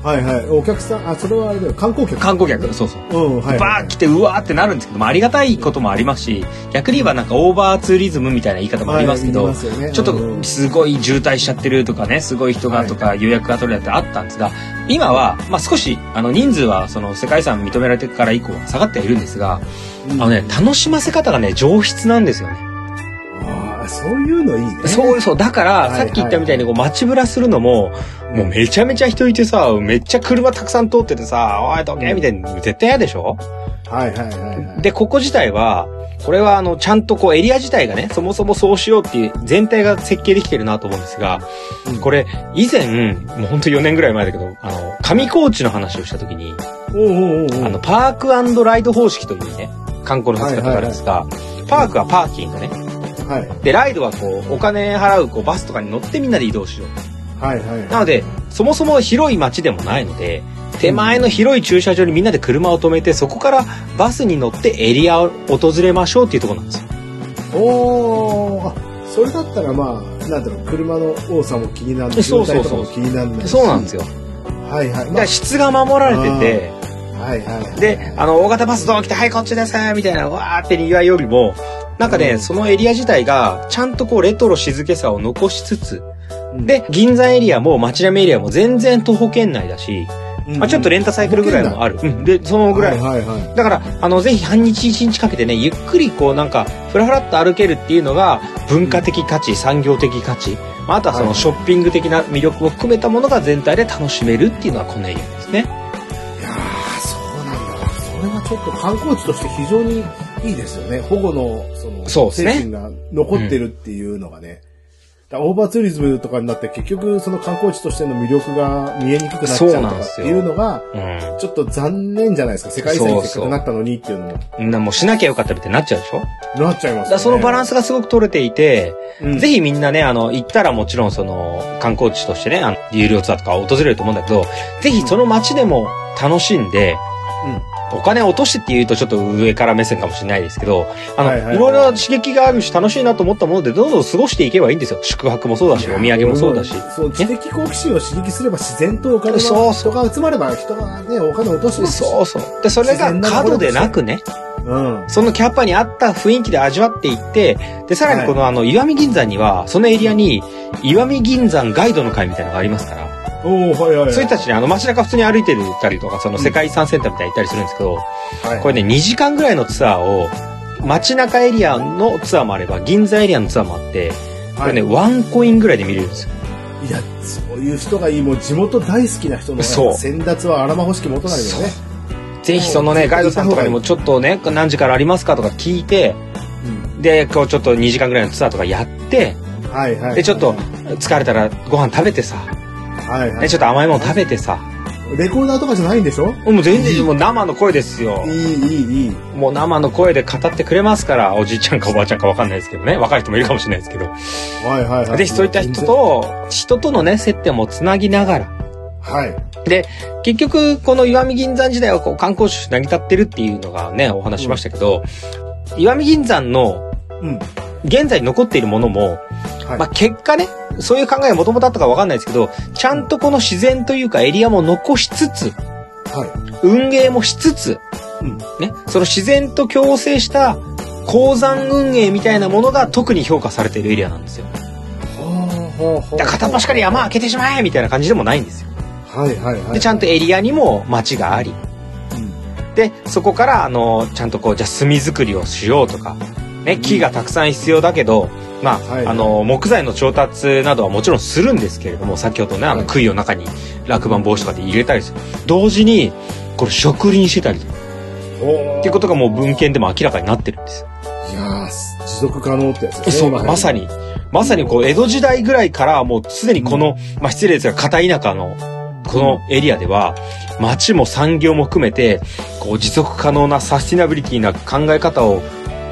はいはいお客さんあそれはあれだよ観光客観光客、そうそう。うんはいバー来てうわーってなるんですけどもありがたいこともありますし逆に言えばなんかオーバーツーリズムみたいな言い方もありますけど、はい言いますよねちょっうんとすごい渋滞しちゃってるとかねすごい人がとか予約が取れなくてあったんですが今は、まあ、少しあの人数はその世界遺産認められてから以降は下がってはいるんですがあのね楽しませ方がね上質なんですよね。ああそういうのいいねそうそう。だから、はいさっき言ったみたいに、こう、街ぶらするのも、もうめちゃめちゃ人いてさ、めっちゃ車たくさん通っててさ、おい、どけみたいな、絶対嫌でしょはいはいはいはいで、ここ自体は、これはあの、ちゃんとこうエリア自体がね、そもそもそうしようっていう全体が設計できてるなと思うんですが、これ、以前、もうほんと4年ぐらい前だけど、あの、上高地の話をした時に、おうおうおうおうあの、パークライド方式というね、観光の使い方があるんですが、パークはパーキングね。はい。で、ライドはこう、お金払うこうバスとかに乗ってみんなで移動しよう。はいはい。なので、そもそも広い街でもないので、手前の広い駐車場にみんなで車を止めて、そこからバスに乗ってエリアを訪れましょうっていうところなんですよ。おー、あ、それだったらまあ、なんだろう、車の多さも気にならない。そうそうそ渋滞うとかも気にならないし。そうなんですよ。はいはい。まだかあら質が守られてて、はいはい。で、あの、大型バスどう来て、はい、こっちですみたいな、わーって賑わいよりも、なんかね、うんそのエリア自体が、ちゃんとこう、レトロ静けさを残しつつ、うんで、銀座エリアも街並みエリアも全然徒歩圏内だし、まあちょっとレンタサイクルぐらいもある。うん、で、そのぐらい。はいはいはい。だから、あの、ぜひ半日一日かけてね、ゆっくりこうなんか、ふらふらっと歩けるっていうのが、文化的価値、産業的価値、まあ、あとはそはのいショッピング的な魅力を含めたものが全体で楽しめるっていうのはこのエリアですね。いやー、そうなんだ。それはちょっと観光地として非常にいいですよね。保護の、その、そうですね精神が残ってるっていうのがね。だからオーバーツーリズムとかになって結局その観光地としての魅力が見えにくくなっちゃうそうとなんかでっすてよいうのが、うん。ちょっと残念じゃないですか。世界遺産にせっかくなったのにっていうのも、なもうしなきゃよかったみたいになっちゃうでしょだかなっちゃいますよね。らそのバランスがすごく取れていて、うんぜひみんなね、あの、行ったらもちろんその、観光地としてね、あの、有料ツアーとか訪れると思うんだけど、ぜひその街でも楽しんで、お金落としてって言うとちょっと上から目線かもしれないですけど、あの、はいいはいはいろいろな刺激があるし楽しいなと思ったものでどんどん過ごしていけばいいんですよ。宿泊もそうだし、お土産もそうだし。そう、知的好奇心を刺激すれば自然とお金が、そう人が集まれば人がね、お金を落としますしそうそう。で、それが過度でなくね、うん。そのキャパに合った雰囲気で味わっていって、で、さらにこのあの、石見銀山には、そのエリアに、石見銀山ガイドの会みたいなのがありますから、おー、はいはいはい。そういう人たちね、あの街中普通に歩いてるたりとか、その世界遺産センターみたいに行ったりするんですけど、はいこれね、2時間ぐらいのツアーを、街中エリアのツアーもあれば、銀座エリアのツアーもあって、これね、はワンコインぐらいで見れるんですよ。い、いや、そういう人がいい、もう地元大好きな人の、ね、そう先達は荒まほしき元なりだよね。ぜひそのね、うんガイドさんとかにもちょっとね、何時からありますかとか聞いて、うんで、こうちょっと2時間ぐらいのツアーとかやって、はいはい。で、ちょっと、疲れたらご飯食べてさ、はいはね、いち。ょっと甘いもの食べてさ、レコーダーとかじゃないんでしょもう全然もう生の声ですよい。い、いい、いい。もう生の声で語ってくれますから、おじいちゃんかおばあちゃんかわかんないですけどね、若い人もいるかもしれないですけど、はいはいはい。ぜひそういった人。と、人とのね、接点もつなぎながら、はい。結局この石見銀山時代はこう観光地として成り立ってるっていうのがねお話ししましたけど、石見銀山のうん。現在残っているものも、はいまあ、結果ねそういう考えがもともとあったかわかんないですけどちゃんとこの自然というかエリアも残しつつは運営もしつつ、うんね、その自然と共生した鉱山運営みたいなものが特に評価されているエリアなんですよ。い。ほうほうほうだから片っ端から山開けてしまえみたいな感じでもないんですよ。はいはいはい。でちゃんとエリアにも街があり、でそこからあのちゃんとこうじゃあ炭作りをしようとか、ね、木がたくさん必要だけど、まあはいあの木材の調達などはもちろんするんですけれども先ほどねあのはい杭を中に落盤防止とかで入れたりする同時にこれ植林してたりとかほうっていうことがもう文献でも明らかになってるんですよ。いやー、持続可能ってやつですそうね。まさに。にまさにこう江戸時代ぐらいからもうすでにこの、まあ、失礼ですが片田舎のこのエリアでは町も産業も含めてこう持続可能なサスティナビリティな考え方を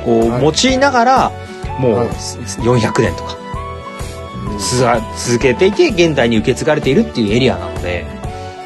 こう、はい用いながらもう、はい400年とかつづ続けていて現代に受け継がれているっていうエリアなので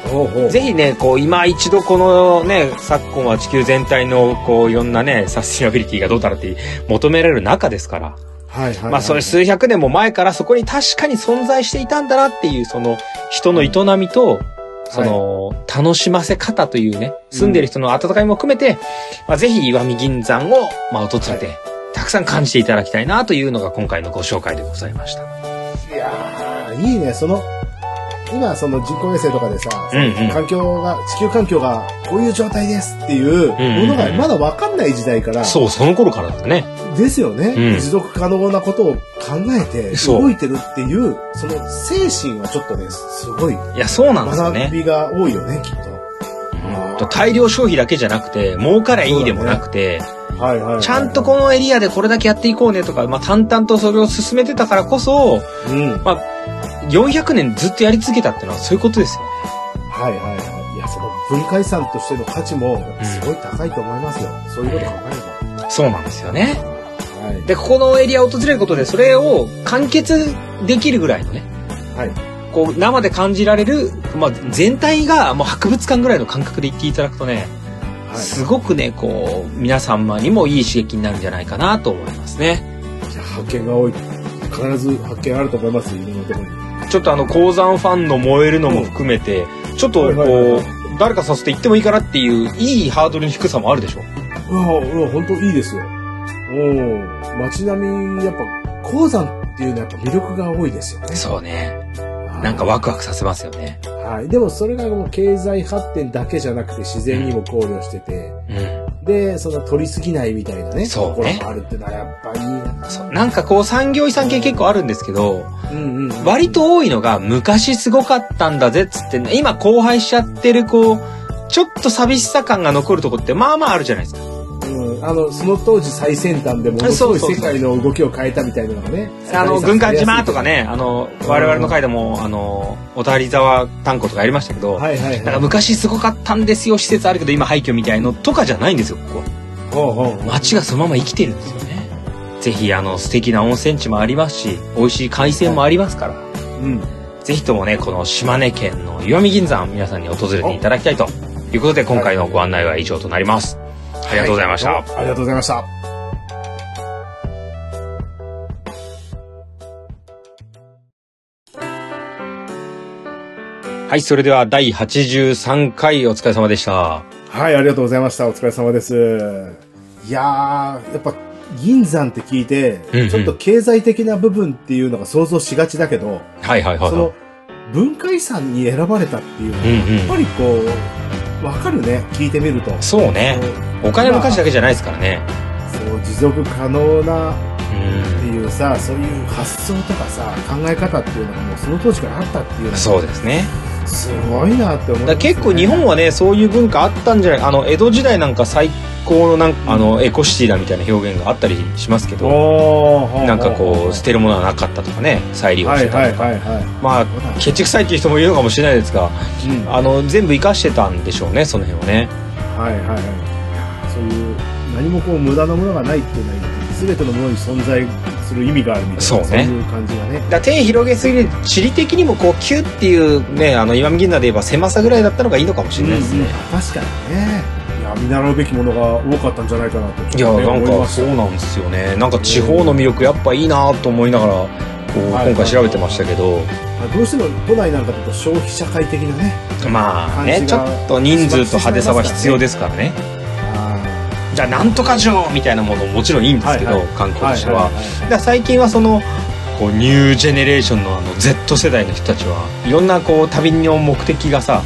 ほうほうぜひねこう今一度このね昨今は地球全体のこういろんなねサスティナビリティがどうだらって求められる中ですから。はいはいはい。まあそれ数百年も前からそこに確かに存在していたんだなっていうその人の営みと、その、楽しませ方というね、住んでる人の温かみも含めて、まあぜひ岩見銀山を、まあ訪れて、たくさん感じていただきたいなというのが今回のご紹介でございました。いやーいいね、その、今、その人工衛星とかでさ、うんうん。環境が、地球環境がこういう状態ですっていうものうんうがんまだわかんない時代から、そう、その頃からだったね。ですよね、うん持続可能なことを考えてそう動いてるっていう、その精神はちょっとね、すごいいや、そうなんですよ学ね。びが多いよね、きっと。うんと大量消費だけじゃなくて、儲からいいでもなくて、はいはいはい。ちゃんとこのエリアでこれだけやっていこうねとか、まあ、淡々とそれを進めてたからこそ、うん。はいまあ、400年ずっとやり続けたっていうのはそういうことですよね。はいはい。いや、その文化遺産としての価値も、すごい高いと思いますよ。そういうこと考そうなんですよね。えば。はい。で、ここのエリアを訪れることで、それを完結できるぐらいのね、はい。こう、生で感じられる、まあ、全体がもう博物館ぐらいの感覚で行っていただくとね、すごくね、こう、皆様にもいい刺激になるんじゃないかなと思いますね。いや発見が多い。必ず発見あると思います。いろんなところに。ちょっとあの、鉱山ファンの燃えるのも含めて、ちょっとはいはいはいこ、はいう誰かさせて行ってもいいかなっていう、いいハードルの低さもあるでしょ。うわ、うわ、本当いいですよ。うん。街並み、やっぱ、鉱山っていうのはやっぱ魅力が多いですよね。そうね。はいなんかワクワクさせますよね。はい。でもそれがもう経済発展だけじゃなくて自然にも考慮してて、うん。で、その取りすぎないみたいなね、そうねところもあるってのはやっぱいいな。そう。なんかこう、産業遺産系結構あるんですけど、うんうんうん。割と多いのが昔すごかったんだぜっつって、ね、今荒廃しちゃってるこうちょっと寂しさ感が残るとこってまあまああるじゃないですかうん、あの、その当時最先端でものすごい世界の動きを変えたみたいなのがね。あの軍艦島とかね。ねあの我々の回でもあの小谷沢炭鉱とかやりましたけど、はいはいなんはかい。昔すごかったんですよ施設あるけど今廃墟みたいのとかじゃないんですよここはほうほう街がそのまま生きてるんですよねぜひあの素敵な温泉地もありますし美味しい海鮮もありますから、うん。ぜひともね、この島根県の石見銀山、皆さんに訪れていただきたいということで、今回のご案内は以上となります。ありがとうございました。はいどうもありがとうございました。はい、それでは第83回お疲れ様でした。はい、ありがとうございました。お疲れ様です。いやー、やっぱ、銀山って聞いて、うんうんちょっと経済的な部分っていうのが想像しがちだけど、はいはいはいそはい。の、文化遺産に選ばれたっていうのは、うんやうっん。ぱりこう、わかるね、聞いてみると。そうね。お金の価値だけじゃないですからね。そう、持続可能なってういうさ、そういう発想とかさ、考え方っていうのがもうその当時からあったっていうのん。が、そうですね。すごいなって思う、だから結構日本はね、そういう文化あったんじゃないあの、江戸時代なんか最高のなんか、あの、エコシティだみたいな表現があったりしますけど、おー、なんかこう、捨スてるものはなかったとかね、再利用はしいてたはいとか。はいはい。まあ、ケチくさいっていう人もいるのかもしれないですが、うんあの全部生かしてたんでしょうねその辺をねはいはいはい。そういう何もこう無駄なものがないっていうのは全てのものに存在する意味があるみたいなそうねいう感じがね。だ手広げすぎる地理的にもこうキュッっていうねあの今見銀座で言えば狭さぐらいだったのがいいのかもしれないですね、確かにね。いや見習うべきものが多かったんじゃないかなと、いやなん思いまかしたそようなんですよねなんか地方の魅力やっぱいいなと思いながらこうはい今回調べてましたけどどうしても都内なんかだと消費社会的なねまあね感ちじょがっと人数と派手さは必要ですからねあじゃあなんとか城みたいなものももちろんいいんですけど、はいは観光としては,、だかいら最近はそのこうニュージェネレーションのあの Z 世代の人たちはいろんなこう旅の目的がさ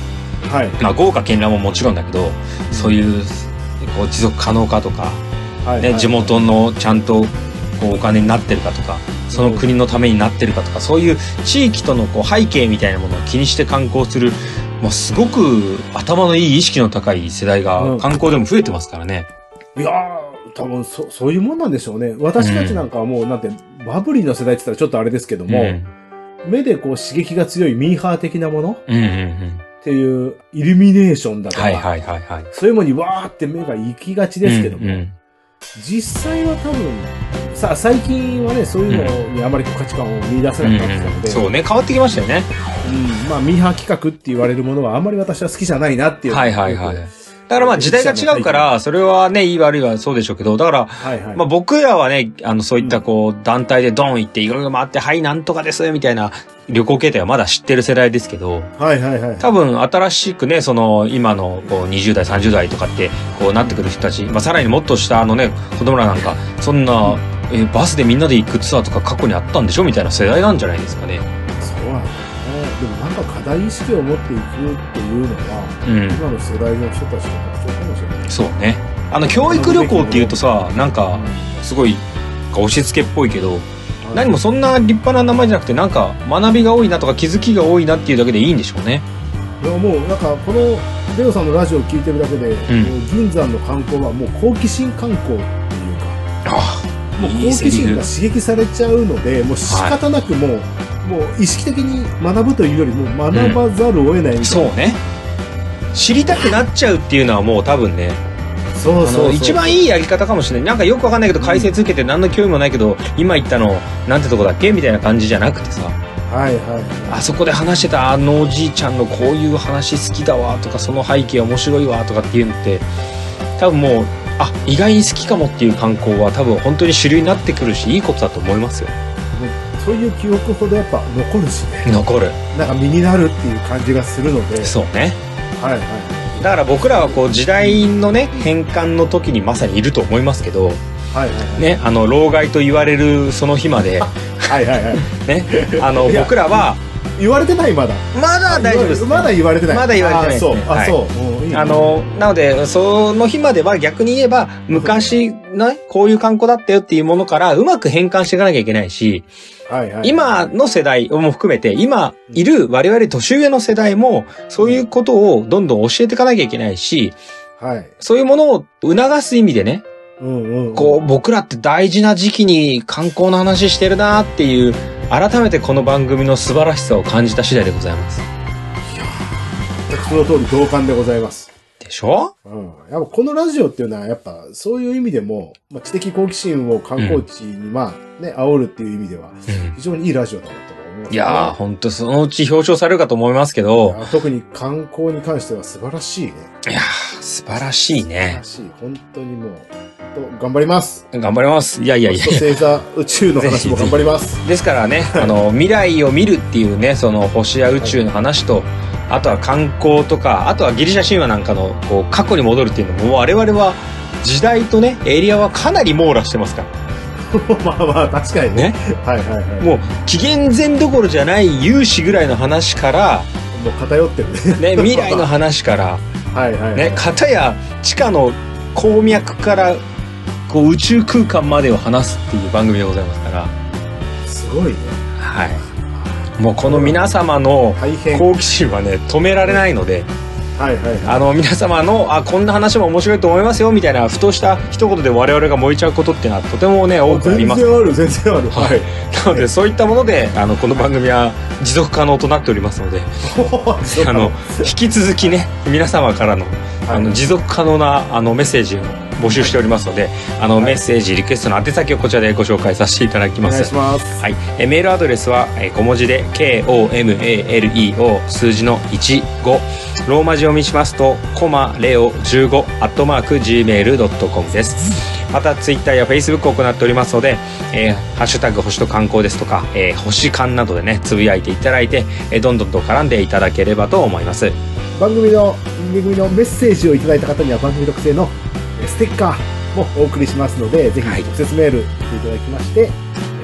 はいはいまあ、豪華絢爛ももちろんだけどそういうこう持続可能かとか、はいね、地元のちゃんとこうお金になってるかとかその国のためになってるかとかそういう地域とのこう背景みたいなものを気にして観光する、まあ、すごく頭のいい意識の高い世代うがん観光でも増えてますからね。いやー多分そそういうもんなんでしょうね私たちなんかはもう、なんてバブリーの世代って言ったらちょっとあれですけども、うん目でこう刺激が強いミーハー的なものうんうんうん、っていうイルミネーションだとか、はいはいはいはい。そういうものにわーって目が行きがちですけども、うんうん実際は多分、さあ最近はね、そういうのにあまりこう価値観を見出せなくなってきたので、そうね変わってきましたよね。うんまあミーハー企画って言われるものはあんまり私は好きじゃないなっていう。はいはいはい。だからまあ時代が違うからそれはねいい悪いはそうでしょうけどだからはいはい。まあ、僕らはね、あの、そういったこう、団体でドン行って、いろいろ回って、はい、なんとかです、みたいな旅行形態はまだ知ってる世代ですけど、はいはいはい。多分、新しくね、その、今の、こう、20代、30代とかって、こう、なってくる人たち、まあ、さらにもっと下のね、子供らなんか、そんな、え、バスでみんなで行くツアーとか過去にあったんでしょみたいな世代なんじゃないですかね。そうなんだね。でもなんか課題意識を持っていくっていうのは、うん。今の世代の人たちの特徴かもしれない。そうね。あの、教育旅行っていうとさ、なんか、すごい、押し付けっぽいけど、はい何もそんな立派な名前じゃなくてなんか学びが多いなとか気づきが多いなっていうだけでいいんでしょうね。ういやもうなんかこのレオさんのラジオを聞いてるだけで、もう銀山の観光はもう好奇心観光っていうかあもういい好奇セリ心フが刺激されちゃうので、もう仕方なくもう、もう意識的に学ぶというよりも学ばざるを得ないみたそいうな、ね知りたくなっちゃうっていうのはもう多分ねそうあの一番いいやり方かもしれないなんかよくわかんないけど解説受けて何の興味もないけど今言ったのなんてとこだっけみたいな感じじゃなくてさはいはあそこで話してたあのおじいちゃんのこういう話好きだわとかその背景面白いわとかっていうのって多分もうあ意外に好きかもっていう観光は多分本当に主流になってくるしいいことだと思いますよいそういう記憶ほどやっぱ残るしね残るなんか身になるっていう感じがするのでそうねはいはだから僕らはこう時代のね変換の時にまさにいると思いますけどいはいはいねあの老害と言われるその日まではいはいはいねあのいや僕らは言われてないまだまだ大丈夫ですまだ言われてないまだ言われてないですねあはいそうあそう、うんいいねあの、なので、その日までは逆に言えば、昔、ね、こういう観光だったよっていうものから、うまく変換していかなきゃいけないし、はいはい今の世代も含めて、今いる我々年上の世代も、そういうことをどんどん教えていかなきゃいけないし、はいそういうものを促す意味でね、うんうんうんこう、僕らって大事な時期に観光の話してるなっていう、改めてこの番組の素晴らしさを感じた次第でございます。その通り同感でございますでしょうん、やっぱこのラジオっていうのはやっぱそういう意味でも、まあ、知的好奇心を観光地にまあね、煽るっていう意味ではうん非常にいいラジオだなと思います、ね。いやー、ほんとそのうち表彰されるかと思いますけど、いや特に観光に関しては素晴らしいね。いやー、素晴らしいね。素晴らしい。本当にもう、と頑張ります。頑張ります。いやいやいやそ。して座宇宙の話も頑張り ます。ですからね、あの、未来を見るっていうね、その星や宇宙の話と、あとは観光とか、あとはギリシャ神話なんかの、こう、過去に戻るっていうのも、もう我々は、時代とね、エリアはかなり網羅してますから。まあまあ、確かにね。ねはいはいはい。ももう、紀元前どころじゃない有志ぐらいの話から、うもう偏ってるね。ね、未来の話から、はいはい、はい。ね、片や地下の鉱脈から、こう、宇宙空間までを話すっていう番組でございますから。すごいね。はい。もうこの皆様の大変。はい好奇心はね、止められないので、はいはい。あの、皆様の、あ、こんな話も面白いと思いますよ、みたいな、ふとした一言で我々が燃えちゃうことっていうのは、とてもね、多くあり全ま然す。ある、全然ある。はい。なので、そういったもので、あの、この番組は持続可能となっておりますの で、い。あの、引き続きね、皆様からの、あの、持続可能な、あの、メッセージを募集しておりますので、あの、メッセージ、リクエストの宛先をこちらでご紹介させていただきおま願いすし。ます。はい、えーメールアドレスは、えー小文字で KOMALEO 数字の15ローマ字読みしますとコマレオ15アットマーク Gmail.com ですまたツイッターやフェイスブックを行っておりますので、えーハッシュタグ星と観光ですとか、えー星観などでねつぶやいていただいて、えーどんどんと絡んでいただければと思います番組の番組のメッセージをいただいた方には番組特製のえステッカーもお送りしますので、ぜひはい直接メールしていただきまして、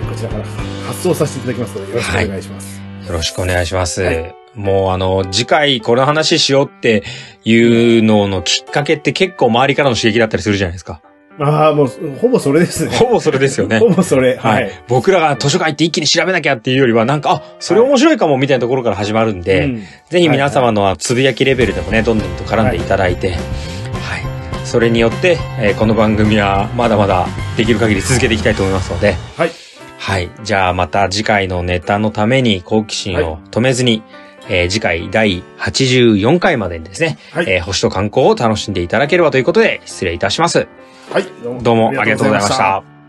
えこちらから発送させていただきますので、よろしくお願いします。よろしくお願いします。はいもうあの、次回この話しようっていうののきっかけって結構周りからの刺激だったりするじゃないですか。ああ、もうほぼそれですね。ほぼそれですよね。ほぼそれ。は。はいい。僕らが図書館行って一気に調べなきゃっていうよりは、なんか、あ、それ面白いかもみたいなところから始まるんで、うんぜひ皆様のつぶやきレベルでもね、どんどんと絡んでいただいて、はい。それによって、えーこの番組はまだまだできる限り続けていきたいと思いますので、はい。はい。じゃあまた次回のネタのために好奇心を止めずに、えー次回第84回までにですね、はいえー星と観光を楽しんでいただければということで、失礼いたします。はい。どどうもありがとうございました。